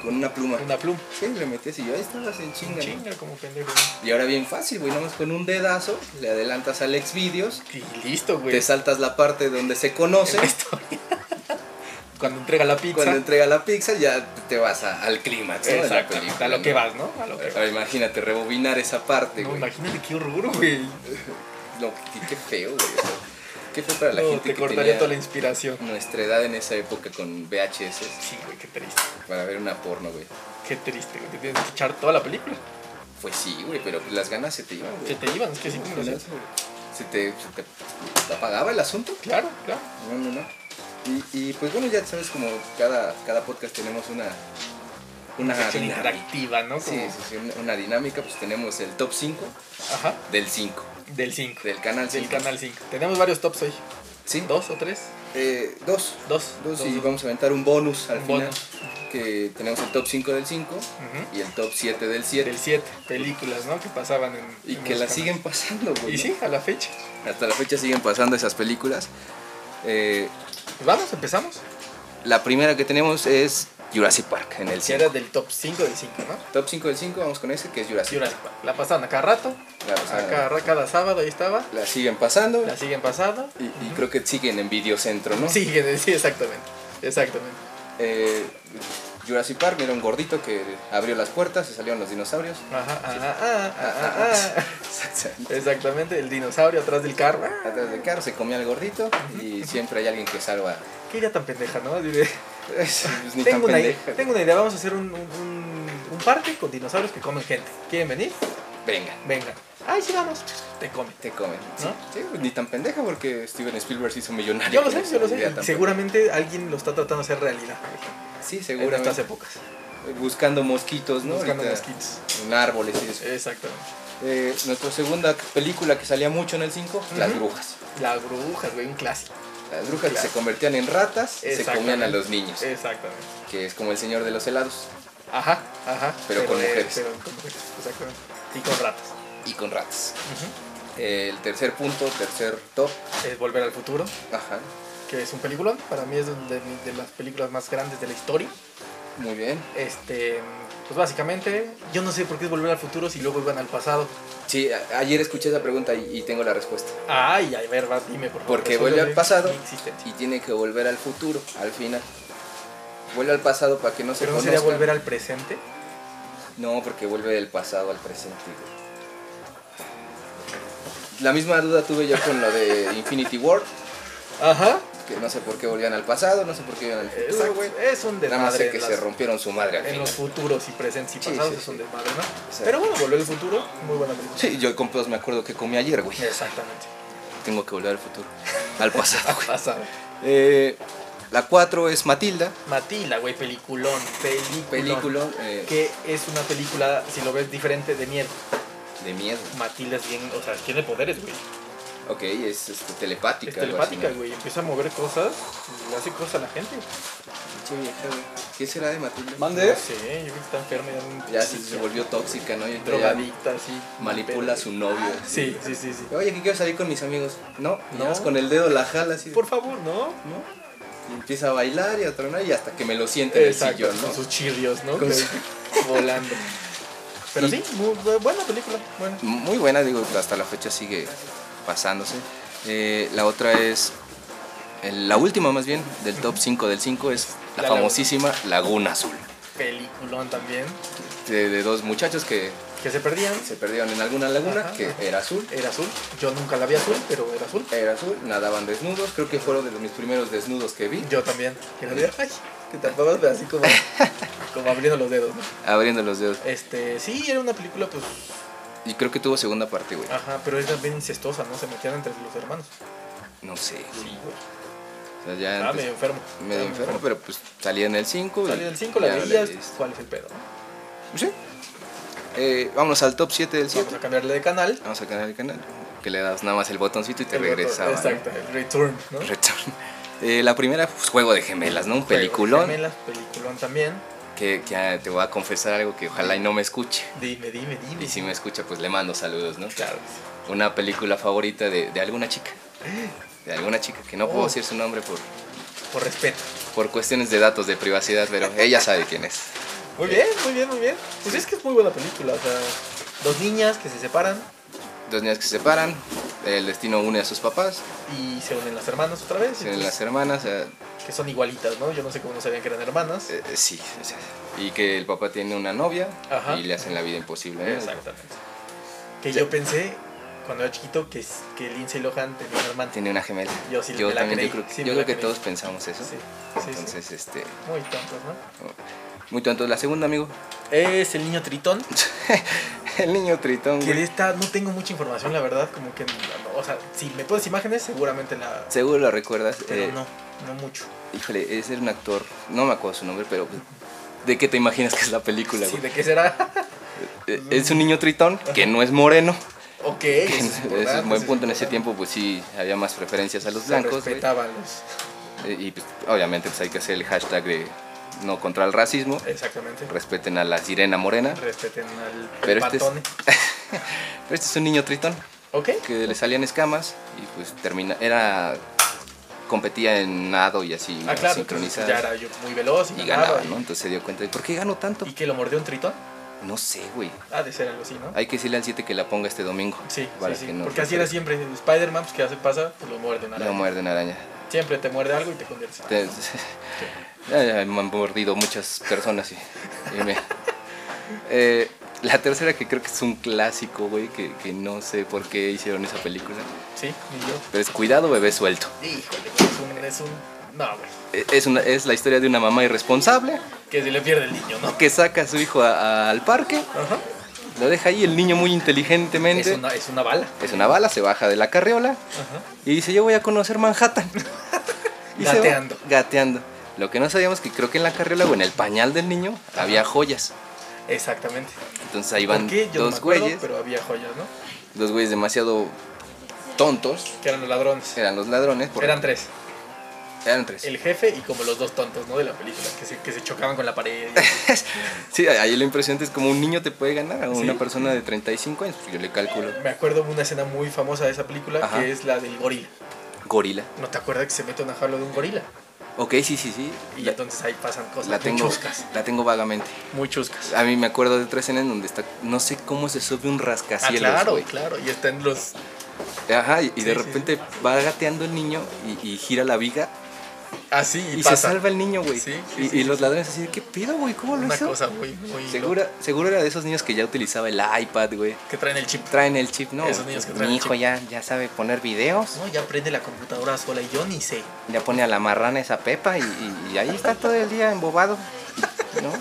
Con una pluma.
una pluma.
Sí, le metes y yo ahí estabas en chinga. ¿no?
Chinga, como pendejo.
Y ahora bien fácil, güey, nomás con un dedazo, le adelantas al Xvideos,
Y listo, güey.
te saltas la parte donde se conoce,
La historia. <laughs> Cuando entrega la pizza.
cuando entrega la pizza ya te vas a- al clímax, ¿no? de la
Exactamente.
película,
A lo
¿no?
que vas, ¿no? A lo que vas.
Ahora imagínate, rebobinar esa parte,
No,
güey.
imagínate qué horror, güey.
No, qué, qué feo, güey. o sea, qué feo para la
No,
gente
te
que
cortaría
tenía
toda la inspiración.
nuestra edad en esa época con VHS
Sí, güey, qué triste.
para ver una porno, güey.
Qué triste, güey. Te tienes que echar toda la película.
Pues sí, güey, pero las ganas se te iban,
Se
güey.
te iban, es que sí, como lo hacías.
Se te, se te- te apagaba el asunto.
Claro, claro.
No, no, no. Y, y, pues bueno, ya sabes, como cada, cada podcast tenemos una, una
Sección
dinámica.
interactiva, ¿no? Como,
Sí, sí, sí, una- una dinámica, pues tenemos el top 5
Ajá.
del 5,
Del 5.
del canal 5.
Del canal 5. Tenemos varios tops hoy.
Sí, dos.
¿Dos o tres?
Eh, dos.
Dos.
Dos, y vamos a aventar un bonus al
Un
final.
bonus.
Que tenemos el top 5 del 5
Ujú.
y el top 7 del 7.
Del 7. Películas, ¿no? Que pasaban en.
Y
en
que
los
la
canales.
siguen pasando, güey.
Y
¿no?
sí, a la fecha.
Hasta la fecha siguen pasando esas películas. Eh,
Pues Vamos, empezamos.
la primera que tenemos es Jurassic Park en el
Si
5.
era del top 5 del 5, ¿no?
Top 5 del 5, vamos con ese que es Jurassic Park.
Jurassic Park. La pasaban a cada rato,
La,
a cada, ra- cada sábado ahí estaba,
la siguen pasando
la siguen pasando.
y, y creo que siguen en Videocentro, ¿no?
Sí, que- <laughs> sí, exactamente, exactamente.
Eh, Jurassic Park, mira un gordito que abrió las puertas, se salieron los dinosaurios.
Ajá, ajá, ah, ah,
<laughs>
ah, ah. Exactamente, el dinosaurio atrás del carro. Ah,
Atrás del carro se comía al gordito y siempre hay alguien que salva. <laughs>
Qué idea tan pendeja, ¿no? Así de-
Pues ni
tengo,
tan
una idea,
pendeja.
tengo una idea, vamos a hacer un, un- un- un parque con dinosaurios que comen gente. ¿Quieren venir?
Venga,
Venga. Ay, sí, vamos. Te comen.
te comen.
¿No?
Sí, pues, ni tan pendeja porque Steven Spielberg se hizo millonario.
Yo lo
con
sé,
esa
yo lo
idea
sé.
Ah, tan
Seguramente alguien lo está tratando de hacer realidad
pendeja. Sí,
en estas
seguramente.
épocas.
Buscando mosquitos, ¿no?
Buscando
Ahorita
mosquitos.
En árboles y eso.
Exactamente.
Eh, nuestra segunda película que salía mucho en el 5, Las
Ujú.
Brujas.
Las brujas, güey, un clásico.
Las brujas que
Claro.
se convertían en ratas y se
Exactamente. Eh.
comían a los niños,
Exactamente.
que es como el señor de los helados
Ajá, ajá.
Pero con
eh,
mujeres.
Pero con mujeres, exactamente. Y con ratas.
y con ratas. El tercer punto, tercer top,
Es Volver al futuro,
ajá,
que es un peliculón. Para mí es de, de las películas más grandes de la historia.
muy bien.
Este, pues básicamente, yo no sé por qué es Volver al futuro si luego iban al pasado.
Sí, a- ayer escuché esa pregunta y, y tengo la respuesta.
Ay, a ver, vas, dime por favor.
Porque vuelve al
resuélveme
pasado
mi existencia.
y tiene que volver al futuro, al final. Vuelve al pasado para que no se
Pero no sería
conozcan.
volver al presente.
No, porque vuelve del pasado al presente. güey. La misma duda tuve yo con lo de Infinity War,
Ajá.
que no sé por qué volvían al pasado, no sé por qué iban al
Es,
futuro, güey.
es un desmadre.
Nada más sé
en
que
las-
se rompieron su madre al
En
final.
los futuros y presentes y
Sí,
pasados
sí,
es un
sí.
desmadre, ¿no? Pero bueno, Volver al futuro, muy buena película. Eh.
Sí, yo con pedos me acuerdo que comí ayer, güey.
Exactamente.
tengo que volver al futuro. Al pasado, Ah, <laughs> güey.
Pasa.
Eh, la 4 es Matilda.
Matilda, güey, peliculón. Peliculón.
Película eh,
Que es una película, si lo ves diferente, de miedo.
de miedo.
Matilda es bien, o sea, tiene poderes, güey.
Ok, es este, telepática.
Es
algo así,
telepática,
¿no?
güey. Empieza a mover cosas y le hace cosas a la gente.
Pinche vieja, güey. ¿Qué será de Matilda?
No
¿Mande?
sé, yo creo que está enferma. y un-
Ya sí, se volvió tóxica, ¿no? Y ahorita ya
drogadicta, así.
manipula a su novio.
Sí, sí, sí, sí.
Oye, que quiero salir con mis amigos. No,
No.
no. Con el dedo la jala así.
Por favor, ¿no?
¿no? Y empieza a bailar y a tronar y hasta que me lo siente en el sillón,
Con
¿no?
sus chirrios, ¿no?
Con
Que- <laughs>
Volando.
Pero
Y-
sí, muy bu- buena película. Buena.
Muy buena, digo, hasta la fecha sigue pasándose. Eh, la otra es. el- la última, más bien, del top 5 del 5 es la,
La
famosísima Laguna Azul.
Peliculón también.
De, de dos muchachos que
Que se perdían.
se perdieron en alguna laguna
Ajá,
que
ajá.
era azul.
Era azul. Yo nunca la vi azul, pero era azul.
Era azul, nadaban desnudos. Creo que fueron de los- mis primeros desnudos que vi.
Yo también. Que la vi, ay, que tapabas pero así como, <laughs> como abriendo los dedos. ¿no?
Abriendo los dedos.
Este, sí, era una película, pues,
Y creo que tuvo segunda parte, güey.
ajá, pero era bien incestuosa, ¿no? Se metían entre los hermanos.
No sé.
Sí, güey.
O sea, ya
Estaba
antes-
medio enfermo.
medio
Estaba
enfermo, pero pues salía en el 5.
Salí del 5, la veías. ¿Cuál es el pedo? no?
Sí. Eh, vámonos al top 7 del
Vamos
7.
a cambiarle de canal.
Vamos a cambiar el canal. Que le das nada más el botoncito y te
El
regresa.
otro-
¿vale?
Exacto, el return, ¿no?
Return. Eh, la primera, pues juego de gemelas, ¿no? Un peliculón.
Gemelas, peliculón también.
Que, que, ah, te voy a confesar algo que ojalá y no me escuche.
Dime, dime, dime.
Y si me escucha, pues le mando saludos, ¿no?
Claro.
Una película favorita de, de alguna chica. De alguna chica, que
Oh.
no puedo decir su nombre por,
Por respeto.
por cuestiones de datos, de privacidad, pero ella sabe quién es.
Muy bien, muy bien, muy bien. Pues es que es muy buena película, o sea, dos niñas que se separan
Dos niñas que se separan, el destino une a sus papás,
y se unen las hermanas otra vez,
tienen
entonces,
las hermanas, eh,
que son igualitas, ¿no? Yo no sé cómo no sabían que eran hermanas.
eh, sí, o sea, y que el papá tiene una novia
Ajá.
y le hacen la vida imposible. ¿eh? ¿no?
Exactamente. Que yo pensé cuando era chiquito que, que Lindsay Lohan tenía una hermana.
Tiene una gemela.
Yo sí me la
también, yo
creí,
creo,
sí me
yo
la
creo que
creí.
todos pensamos eso.
Sí, sí, sí.
Entonces, este,
Muy tontos, ¿no?
muy tonto. La segunda, amigo, <laughs>
Es el niño Tritón.
el niño tritón.
Que
güey.
de esta no tengo mucha información, la verdad. Como que, no, o sea, si me pones imágenes, seguramente la.
Seguro lo recuerdas.
Pero
eh,
no, no mucho.
Híjole, es un actor, no me acuerdo su nombre, pero ¿de qué te imaginas que es la película?
Sí,
güey?
¿de qué será? <laughs>
Eh, Es un niño tritón que no es moreno.
ok.
que
eso
no- ese
<laughs> es
es
importante,
un buen
eso
punto. En ese
importante.
tiempo, pues sí, había más preferencias a los
Se
blancos. güey.
respetaban los-
Eh, Y pues, obviamente pues, hay que hacer el hashtag de no contra el racismo.
Exactamente.
Respeten a la sirena morena.
Respeten al
Pero este es-
patón.
Pero este es un niño tritón
Ok.
que le salían escamas y pues termina. Era. competía en nado y así,
Ah, claro. entonces
sincronizado.
Ya era yo muy veloz y,
y
ganaba.
ganaba, ¿no? Entonces se dio cuenta de por qué ganó tanto.
¿Y que lo mordió un tritón?
No sé, güey.
Ah, de ser algo así, ¿no?
Hay que decirle al 7 que la ponga este domingo.
Sí,
para
sí,
que
sí.
no
Porque así era siempre. en Spider-Man, pues, ¿qué hace? Pasa, pues lo muerde una
No
araña.
muerden araña.
Siempre te muerde algo y te conviertes. en
Te-
<laughs>
Ya, ya, me han mordido muchas personas y, y me- <laughs> Eh, la tercera que creo que es un clásico, güey, que, que no sé por qué hicieron esa película.
Sí, ni yo.
Pero es Cuidado bebé suelto.
Híjole, güey, es un. Es un... No, güey.
Eh, Es, una- es la historia de una mamá irresponsable
Que se le pierde el niño, ¿no?
que saca a su hijo a- a- al parque,
Ajá.
lo deja ahí, el niño muy
Es
inteligentemente...
una, es una bala.
es una bala, se baja de la carriola
Ajá.
y dice yo voy a conocer
<laughs>
Manhattan. Y se va
Gateando.
gateando. Lo que no sabíamos que creo que en la carriola o en el pañal del niño había joyas.
Exactamente.
Entonces ahí
¿Por
van
qué? Yo no
dos
me acuerdo,
güeyes,
Pero había joyas, ¿no?
dos güeyes demasiado tontos,
Que eran los ladrones.
eran los ladrones, porque
Eran tres.
eran tres.
El jefe y como los dos tontos, ¿no? De la película, que se, que se chocaban con la
<laughs>
pared.
Sí, ahí lo impresionante es como un niño te puede ganar a una
Sí.
persona de 35 años, pues, yo le calculo.
Me acuerdo de una escena muy famosa de esa película,
Ajá.
que es la del gorila.
Gorila.
¿No te acuerdas que se mete una jaula de un gorila?
Ok, sí, sí, sí.
Y
La,
entonces ahí pasan cosas
la tengo,
muy chuscas.
la tengo vagamente.
Muy chuscas.
A mí me acuerdo de otra escena en donde está, no sé cómo se sube un
Ah,
rascacielos.
claro,
güey.
claro. Y están los...
Ajá, y, y de
Sí, sí,
repente va gateando el niño y, y gira la viga
Así y,
y, se
pasa.
salva el niño, güey.
Sí, sí,
y,
sí,
y
sí.
los ladrones así, de, ¿qué pido, güey? ¿Cómo lo
Una
hizo?
cosa muy, muy... loca,
Segura, seguro era de esos niños que ya utilizaba el iPad, güey.
Que traen el chip.
Traen el chip, ¿no?
Esos niños que traen
Mi
el
hijo
chip.
ya, ya sabe poner videos,
No, ya prende la computadora sola y yo ni sé.
ya pone a la marrana esa pepa y, y- y ahí está todo el día embobado, ¿no?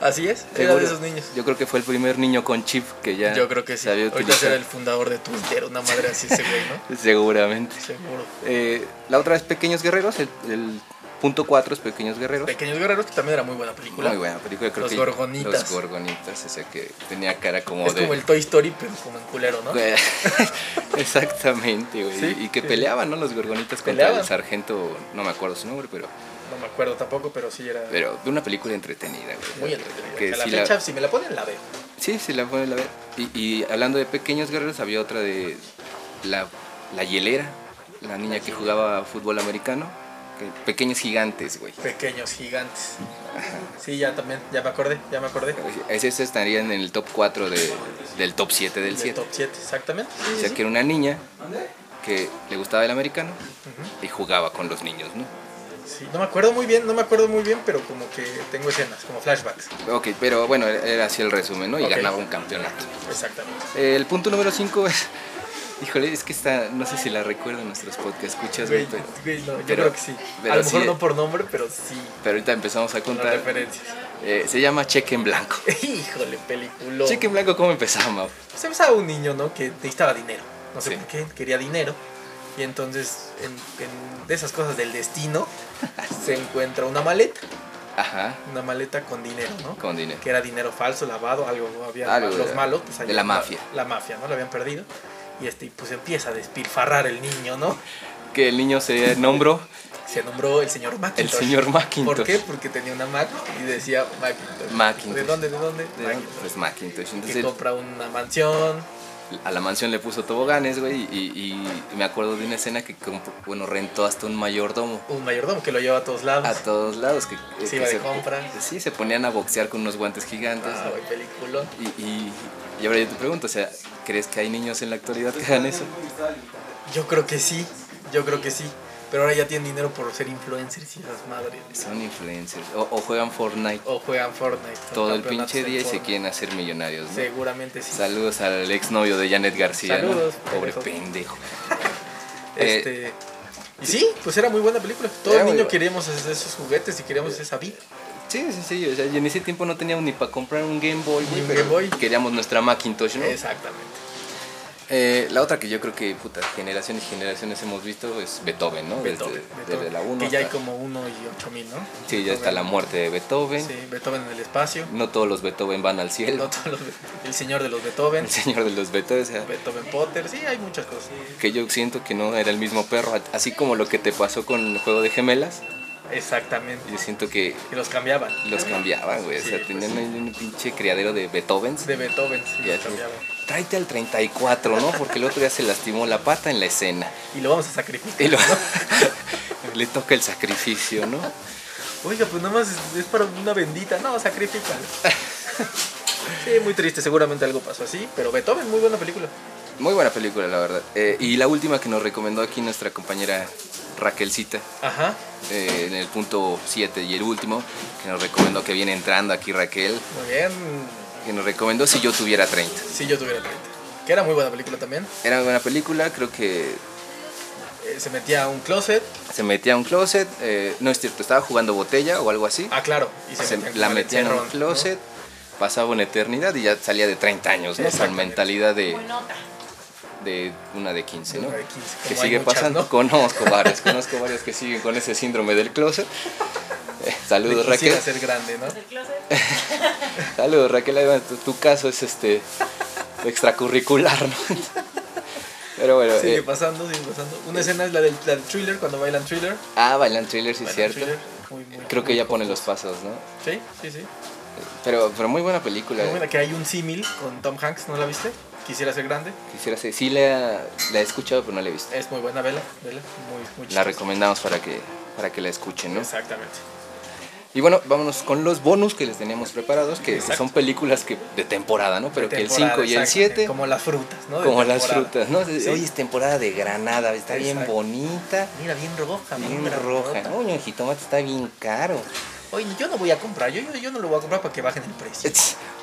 Así es, <laughs> era
Seguro.
de esos niños.
Yo creo que fue el primer niño con chip que ya
Yo creo que sí.
sabía
Ahorita
utilizar.
será el fundador de Twitter, una madre así ese güey,
<laughs>
¿no?
Seguramente.
Seguro.
Eh, la otra es Pequeños Guerreros, el, el punto 4 es Pequeños Guerreros.
Pequeños Guerreros, que también era muy buena película.
Muy buena película, creo
Los
que
Gorgonitas.
Los Gorgonitas, ese que tenía cara como
es
de...
como el Toy Story, pero como en culero, ¿no?
<laughs> Exactamente, güey.
Sí,
y que
sí.
peleaban, ¿no? Los gorgonitas contra
Peleaban.
el sargento, no me acuerdo su nombre, pero,
No me acuerdo tampoco, pero sí era
pero de una película entretenida, güey.
muy entretenida.
Que
a la
sí,
fecha, si me la ponen, la veo.
sí, sí, la ponen a ver. Y, y hablando de pequeños guerreros, había otra de la, la hielera, la niña que jugaba fútbol americano. que- Pequeños gigantes, güey.
Pequeños gigantes. Sí, ya también, ya me acordé, ya me acordé.
Ese ese estaría en el top 4 de, del top 7 del
Del
7.
top 7, exactamente. Sí,
O
sí,
sea,
sí.
que era una niña que le gustaba el americano
Ujú.
y jugaba con los niños, ¿no?
Sí, no me acuerdo muy bien, no me acuerdo muy bien, pero como que tengo escenas, como flashbacks.
Ok, pero bueno, era así el resumen, ¿no? Y
Ok.
ganaba un campeonato.
Exactamente.
Eh, el punto número 5 es. <laughs> Híjole, es que está. No sé si la recuerdan nuestros podcasts, escuchas, güey,
Güey,
pero,
güey, no, yo
pero-
creo que sí.
pero
A lo mejor
sí-
no por nombre, pero sí.
pero ahorita empezamos a
Con las
contar.
referencias. <laughs>
Eh, se llama Cheque en Blanco.
Híjole, película.
Cheque en Blanco, ¿cómo empezamos?
Se besaba un niño, ¿no? Que necesitaba dinero. No sé
Sí.
por qué, quería dinero. Y entonces, en, en- de esas cosas
<laughs>
del destino, se encuentra una maleta.
Ajá,
Una maleta con dinero, ¿no?
con dinero.
Que era dinero falso, lavado, algo había.
Algo
los
de-
malos, pues
de
habían-
la mafia.
La, mafia, ¿no? Lo habían perdido. Y este, y, pues empieza a despilfarrar el niño, ¿no?
Que el niño se nombró
Se nombró el señor
el
Macintosh.
señor Macintosh.
¿Por qué? Porque tenía una Mac y decía Macintosh.
Macintosh.
¿De dónde? ¿De dónde?
¿De dónde? Pues Macintosh.
Que
Entonces él-
compra una mansión.
a la mansión le puso toboganes, güey, y, y- y me acuerdo de una escena que, compró- bueno, rentó hasta un mayordomo.
Un mayordomo que lo lleva a todos lados.
a todos lados. Que, eh,
Se
Ah, que
iba de compras.
Sí, se ponían a boxear con unos guantes gigantes.
Ah, güey, película.
y, y, y ahora yo te pregunto, o sea, ¿crees que hay niños en la actualidad que hagan eso?
Yo creo que sí, yo creo que sí. Pero ahora ya tienen dinero por ser influencers y las madres.
Son influencers. O, o juegan Fortnite
O juegan Fortnite. son
todo el
campeonatos
pinche
en
día y se
Fortnite.
quieren hacer millonarios, ¿no?
Seguramente sí.
Saludos al exnovio de Janet García, ¿no?
Saludos,
Pobre
pendejo.
pendejo.
Este, y sí, pues era muy buena película. Todo
Eh, Era muy
niño
buena.
queríamos hacer esos juguetes y queríamos esa vida.
Sí, sí, sí. O sea, y en ese tiempo no teníamos ni para comprar un Game Boy, güey,
un
pero
Game Boy.
Queríamos nuestra Macintosh, ¿no?
Exactamente.
Eh, la otra que yo creo que, puta, generaciones y generaciones hemos visto es Beethoven, ¿no? Desde-
Beethoven.
Desde,
Beethoven,
la 1
que ya hay
hasta-
como uno y ocho mil, ¿no?
Sí, ya está la muerte de Beethoven.
Sí, Beethoven en el espacio.
No todos los Beethoven van al
El,
cielo.
otro, los- el señor de los Beethoven.
El señor de los Beethoven, o sea,
Beethoven Potter. Sí, hay muchas cosas.
que yo siento que no era el mismo perro. Así como lo que te pasó con el juego de gemelas,
Exactamente.
yo siento que
Y los cambiaban.
los cambiaban, güey. O
Sí,
sea,
pues
tenían ahí un pinche criadero de Beethoven.
De Beethoven, sí,
Ya
los cambiaban.
Tráete al 34, ¿no? Porque el otro día se lastimó la pata en la escena.
Y lo vamos a sacrificar.
Y
<laughs>
lo- <laughs> le toca el sacrificio, ¿no?
Oiga, pues nada más es, es para una bendita. No, sacrifican.
<laughs>
sí, muy triste. Seguramente algo pasó así. Pero Beethoven, muy buena película.
Muy buena película, la verdad. Eh, y la última que nos recomendó aquí nuestra compañera Raquelcita.
Ajá.
eh, en el punto 7 y el último, que nos recomendó que viene entrando aquí Raquel,
Muy bien.
que nos recomendó Si yo tuviera 30.
Si yo tuviera 30. Que era muy buena película también.
Era una buena película, creo que
Eh, se metía a un closet.
se metía a un closet, eh, no es cierto, estaba jugando botella o algo así,
Ah, claro. Y se,
se-
metían
la
como al
metía en un
encerrón, ¿no?
closet, pasaba una eternidad y ya salía de 30 años, ¿no? Con
Exactamente.
mentalidad de, de una de 15, ¿no?
Una de 15,
que
como hay
sigue
muchas,
pasando,
¿no?
conozco varios, conozco varios que siguen con ese síndrome del
<laughs>
closet. Eh, Saludos
De quisiera
Raquel. Eh,
ser grande, ¿no?
Saludos, Raquel. ahí va, Tu, tu caso es este extracurricular,
<laughs>
¿no? Pero bueno.
Sigue
eh,
pasando, sigue pasando. Una escena es la del, la del thriller, cuando bailan thriller.
ah, bailan thriller, sí,
Bailan
cierto.
thriller, muy, muy-
Creo que
muy
ella pone
cool.
los pasos, ¿no?
Sí, sí, sí.
Pero, pero muy buena película.
Muy buena,
eh.
que hay un símil con Tom Hanks, ¿no la viste? Quisiera ser grande.
Quisiera ser. Sí, la, la he escuchado, pero no la he visto.
Es muy buena, vela, vela. Muy, muy
La
chistosa.
recomendamos para que, para que la escuchen, ¿no?
Exactamente.
Y bueno, vámonos con los bonus que les teníamos preparados, que
Exacto.
son películas que, de temporada, ¿no? Pero
De
que el
temporada,
5 y el
exacto,
7, como,
Como las frutas, ¿no? De
las
temporada.
frutas, ¿no?
Sí.
Hoy es temporada de granada, está bien
Exacto.
bonita.
Mira, bien roja,
Bien
mira,
roja.
rota.
Oye, el jitomate está bien caro.
Oye, yo no voy a comprar, yo, yo, yo no lo voy a comprar para que bajen el precio.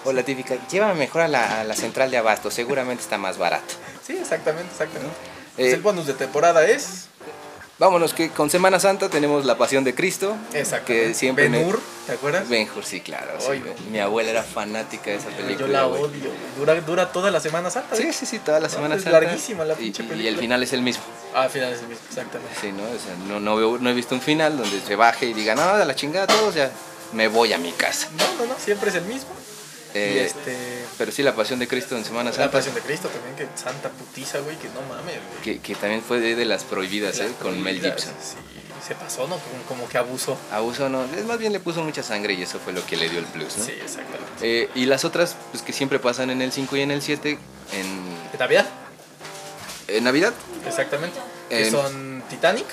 O la típica, llévame mejor a la, a la central de abasto, seguramente está más barato.
Sí, exactamente, exactamente.
Eh,
el bonus de temporada es
Vámonos, que con Semana Santa tenemos la pasión de Cristo.
Exacto.
Que siempre. me-
Ben Hur, ¿te acuerdas?
Ben Hur, sí, claro. sí,
Ay,
güey. mi abuela era fanática de esa película.
Yo la
güey.
odio. güey. Dura, dura toda la Semana Santa.
Sí,
¿eh?
sí, sí, toda la
No,
Semana
es
Santa.
larguísima la
Y-
pinche
y, el
película.
final es el mismo.
Ah, al final es el mismo, exactamente.
Sí, ¿no? O sea, no, no, veo- no he visto un final donde se baje y diga, nada, la chingada todo, o sea, me voy a mi casa.
No, no, no, siempre es el mismo. y
Eh,
este.
Pero sí, la pasión de Cristo en Semana
La
Santa.
pasión de Cristo también, que santa putiza, güey, que no mames, güey.
Que, que también fue de, de las prohibidas, ¿eh? Con Mel Gibson.
Sí, se pasó, ¿no? Como, como que abusó.
Abuso no, es más bien le puso mucha sangre y eso fue lo que le dio el plus, ¿no?
Sí, exactamente.
Eh, y las otras, pues que siempre pasan en el 5 y en el 7, en,
¿De Navidad?
en Navidad,
Exactamente. Que
En-
son Titanic.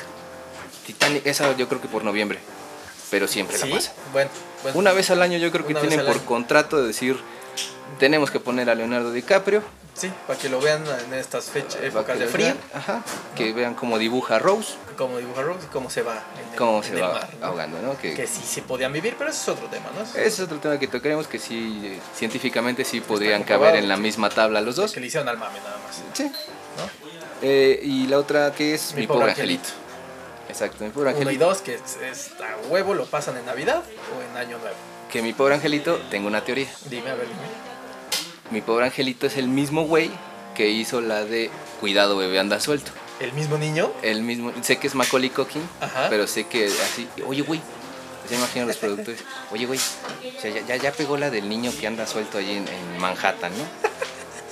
Titanic, esa yo creo que por noviembre, pero siempre
Sí,
la pasa.
bueno, bueno.
Una vez al año yo creo que
Una vez
tienen
al
por
año.
contrato de decir, tenemos que poner a Leonardo DiCaprio.
Sí, para que lo vean en estas fechas,
para que
épocas de
lo
frío,
vean, Ajá, que vean cómo dibuja Rose,
como dibujar Rose y cómo se va en el,
cómo
en
se
el
va
mar, ¿no?
ahogando, ¿no? Que,
Que sí se podían vivir, pero eso es otro tema, ¿no?
ese es otro tema que tocaremos, que sí, eh, científicamente sí podrían
comprobado.
caber en la misma tabla los dos.
Que le hicieron al mame nada más,
Sí.
¿no?
Eh, y la otra que es Mi, pobre angelito. Exacto, Mi pobre
Uno y
angelito.
dos, que es, es a huevo lo pasan en Navidad o en Año Nuevo.
Que Mi pobre angelito, tengo una teoría.
Dime, a ver, dime.
Mi pobre angelito es el mismo güey que hizo la de Cuidado bebé anda suelto.
¿El mismo niño?
El mismo, sé que es Macaulay Culkin,
Ajá.
pero sé que así, oye güey, se imagino los productores, oye güey, o sea, ya, ya, ya pegó la del niño que anda suelto allí en, en Manhattan, ¿no?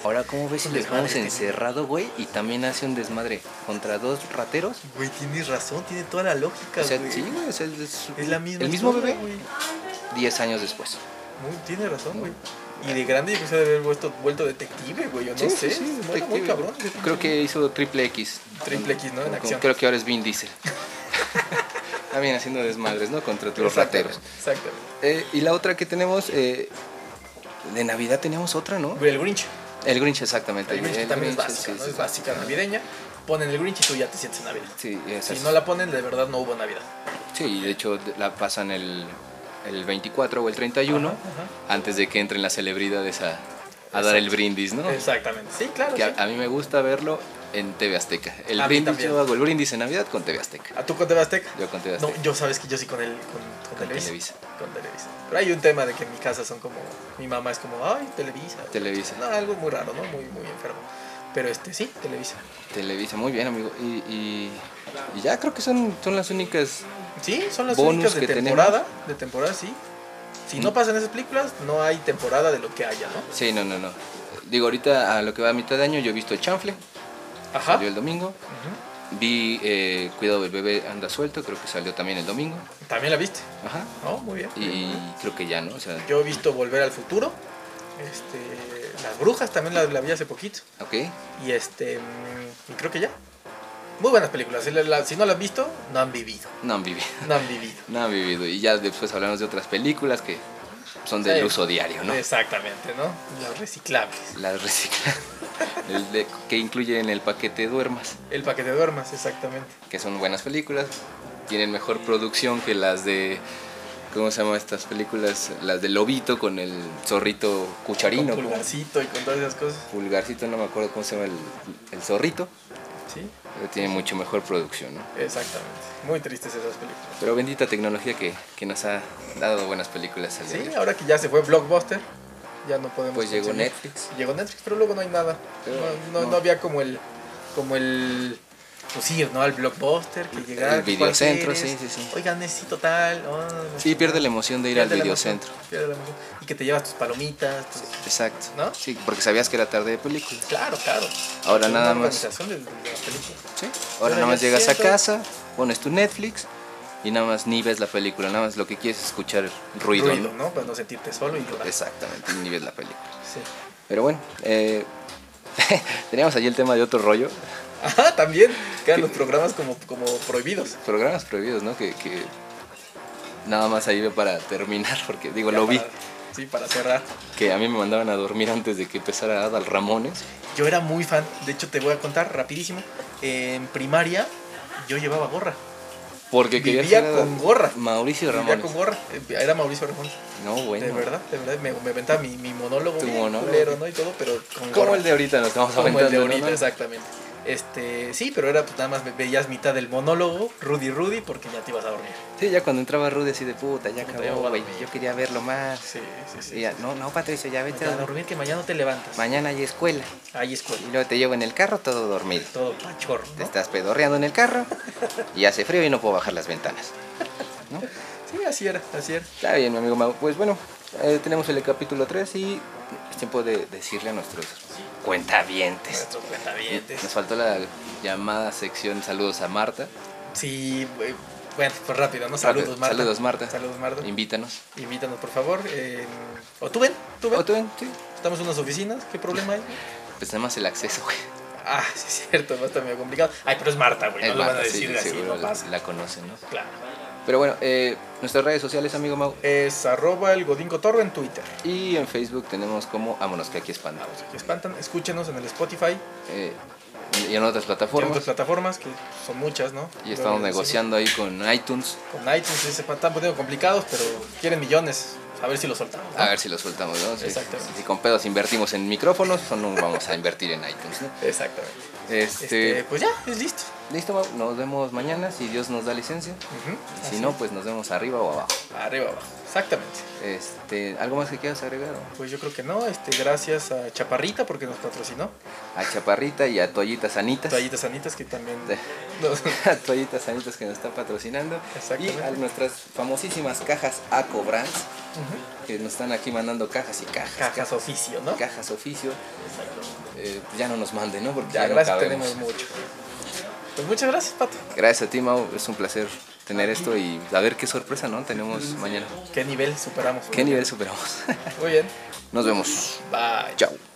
Ahora, ¿cómo ves si
Un
lo
desmadre
dejamos
tiene.
encerrado, güey? Y también hace un desmadre contra dos rateros.
Güey, tienes razón, tiene toda la lógica,
O sea,
güey.
sí, güey, o sea, es,
Es la misma
el mismo
historia,
bebé,
güey.
10 años después.
Muy, tiene razón, güey. Y de grande yo quise haber vuelto, vuelto detective, güey. Yo no sé. Era muy
detective.
cabrón. ese
Creo
pinche-
que hizo triple X.
Triple X, ¿no? En
Con-
acción.
Creo que ahora es Vin Diesel. <laughs> También haciendo desmadres, ¿no? Contra los
Exactamente,
rateros.
Exactamente.
Eh, y la otra que tenemos, eh, de Navidad teníamos otra, ¿no?
Güey, el Grinch.
El Grinch, exactamente.
El Grinch también
Grinch,
es básica,
sí,
¿no?
sí,
Es básica navideña. Ponen el Grinch y tú ya te sientes en Navidad.
Sí, es
Si
así.
no la ponen, de verdad no hubo Navidad.
Sí, y de hecho de- la pasan el, el 24 o el 31
Ajá,
antes de que entren las celebridades a, a
Exacto.
dar el brindis, ¿no?
Exactamente. Sí, claro.
Que
sí.
a, a mí me gusta verlo en TV Azteca. El
A mí
brindis,
también.
yo hago el brindis en Navidad con TV Azteca.
¿A tú con TV Azteca?
Yo con TV
No,
Azteca.
yo sabes que yo sí con el con, con
Con
Televisa.
Televisa.
Con Televisa. Pero hay un tema de que en mi casa son como mi mamá es como, "Ay, Televisa."
Televisa.
No, algo muy raro, ¿no? Muy muy enfermo. Pero este sí, Televisa.
Televisa, muy bien, amigo. Y, y- y ya creo que son, son las únicas.
Sí, son las
Bonus
únicas de
que tenemos. Mm.
temporada, de temporada sí. Si no pasan esas películas, no hay temporada de lo que haya, ¿no?
Sí, no, no, no. Digo, ahorita a lo que va a mitad de año, yo he visto Chanfle,
Ajá.
salió el domingo.
Ujú.
Vi eh, Cuidado, el bebé anda suelto, creo que salió también el domingo.
También la viste.
Ajá.
No, muy bien.
Y creo que ya, ¿no? O sea,
Yo he visto Volver al Futuro. Este, Las Brujas también la, la vi hace poquito.
ok.
Y este, mm, y creo que ya. Muy buenas películas. Si, la- la- si no las has visto, no han vivido.
No han vivido.
No han vivido.
No han vivido. Y ya después hablamos de otras películas que son
Sí.
del uso diario, ¿no?
Exactamente, ¿no? Los reciclables.
Las reciclan. <laughs> El de- que incluye en el paquete Duermas,
El paquete de duermas, exactamente.
que son buenas películas. Tienen mejor producción que las de. ¿Cómo se llaman estas películas? Las de Lobito con el zorrito cucharino.
con
como-
pulgarcito y con todas esas cosas.
Pulgarcito, no me acuerdo cómo se llama el, el zorrito.
Sí,
Pero tiene mucho mejor producción, ¿no?
exactamente. Muy tristes esas películas.
Pero bendita tecnología que, que nos ha dado buenas películas al día de
Sí,
hoy.
ahora que ya se fue Blockbuster, ya no podemos.
Pues llegó
consumir.
Netflix.
Llegó Netflix, pero luego no hay nada.
Pero
no, no,
no.
no había como el. Como el. Pues ir, ¿no? Al Blockbuster, que llegara.
El
que cuál
videocentro,
quieres.
sí, sí, sí.
Oiga, necesito tal. oh, no
Sí,
sé.
pierde la emoción de ir
Pierde
al
la
videocentro.
emoción, pierde la emoción. Y que te llevas tus palomitas. tus-
Exacto.
¿No?
Sí, porque sabías que era tarde de películas.
Claro, claro.
Ahora
Una
nada más.
organización de, de las películas.
Sí. Ahora
Ahora
nada más
yo
llegas a
siento-
casa, pones tu Netflix y nada más ni ves la película, nada más lo que quieres es escuchar ruido.
Ruido, ¿no? Para no sentirte solo y llorar.
Exactamente, ni ves la película.
Sí. <laughs>
Pero bueno, eh, <laughs> teníamos allí el tema de otro rollo,
Ajá, también quedan los programas como, como prohibidos.
programas prohibidos, ¿no? Que, que nada más ahí para terminar, porque digo,
Ya
lo vi,
para- sí, para cerrar.
que a mí me mandaban a dormir antes de que empezara Adal Ramones.
Yo era muy fan, de hecho te voy a contar rapidísimo. En primaria yo llevaba gorra.
Porque quería
Vivía
ser
con gorra.
Mauricio
Vivía
Ramones.
con gorra. Eh, Era Mauricio Ramón.
No, bueno.
De verdad, de verdad. Me, me aventaba mi, mi monólogo,
Tu
bien
monólogo.
culero, ¿no? Y todo, pero con gorra.
Como el de ahorita nos estamos
Como el de
aventando, ¿no?
ahorita, exactamente. Este, sí, pero era pues nada más ve- veías mitad del monólogo, Rudy Rudy, porque ya te ibas a dormir.
Sí, ya cuando entraba Rudy así de puta, ya
Puta, ya voy
acabó,
a
güey.
dormir.
Yo quería verlo más.
Sí, sí, sí.
Y ya, no, no, Patricio, ya vete
Ya
a dormir.
dormir que mañana no te levantas.
Mañana hay escuela.
Hay
Y
escuela.
luego te llevo en el carro todo dormido.
Todo pachorro.
Te
¿no?
estás pedorreando en el carro y hace frío y no puedo bajar las ventanas. ¿No?
Sí, así era, así era.
Está bien, mi amigo Mau. Pues bueno, eh, tenemos el capítulo 3 y es tiempo de decirle a nuestros cuentavientes.
Nuestro cuentavientes.
Nos faltó la llamada sección Saludos a Marta.
Sí, güey, bueno, pues rápido, ¿no? Saludos, Marta.
Saludos, Marta.
Saludos, Marta.
Invítanos.
Invítanos, por favor. eh, o tú ven, tú ven.
¿O tú ven? Sí.
Estamos en unas oficinas, ¿qué problema hay?
Pues nada más el acceso, güey.
Ah, sí, es cierto, va a estar medio complicado. Ay, pero es Marta, güey, no
Es
lo van a
Eh, Marta, sí,
decir así,
seguro
no
la,
pasa.
la conocen, ¿no?
Claro.
Pero bueno, eh, nuestras redes sociales, amigo Mau.
Es arroba el Godín Cotorro en Twitter.
Y en Facebook tenemos como Vámonos que aquí espantamos.
Vamos, aquí espantan. Escúchenos en el Spotify,
Eh, y en otras
y en otras
plataformas.
plataformas, que son muchas, ¿no?
Y estamos
Luego,
negociando ahí con iTunes.
sí, Con iTunes, ese pa- están poniendo complicados, pero quieren millones. A ver si lo soltamos. ¿no?
A ver si lo soltamos, ¿no? Si,
Exactamente.
si con pedos invertimos en micrófonos, o no vamos a invertir en iTunes, ¿no?
Exactamente.
Este,
Este, pues ya, es listo.
Listo, Mau? nos vemos mañana si Dios nos da licencia.
Ujú,
Y
así.
si no, pues nos vemos arriba o abajo.
Arriba, abajo. Exactamente.
Este, ¿Algo más que quieras agregar? o?
Pues yo creo que no. Este, gracias a Chaparrita porque nos patrocinó.
A Chaparrita y a Toallitas Sanitas.
Toallitas sanitas que también.
De-
nos-
<laughs>
<laughs>
a Toallitas Sanitas que nos está patrocinando. Y
Exactamente.
a nuestras famosísimas cajas a Cobrans,
Ujú.
que nos están aquí mandando cajas y cajas.
Cajas oficio, ¿no?
cajas oficio.
Exacto.
Eh, ya no nos manden, ¿no? Porque ya,
Ya,
no
gracias,
cabemos.
tenemos mucho. Pues muchas gracias, Pato.
Gracias a ti, Mau. Es un placer tener esto y a ver qué sorpresa, ¿no? Tenemos mañana.
¿Qué nivel superamos?
¿Qué nivel superamos? <laughs>
Muy bien.
nos vemos.
Bye.
Chao.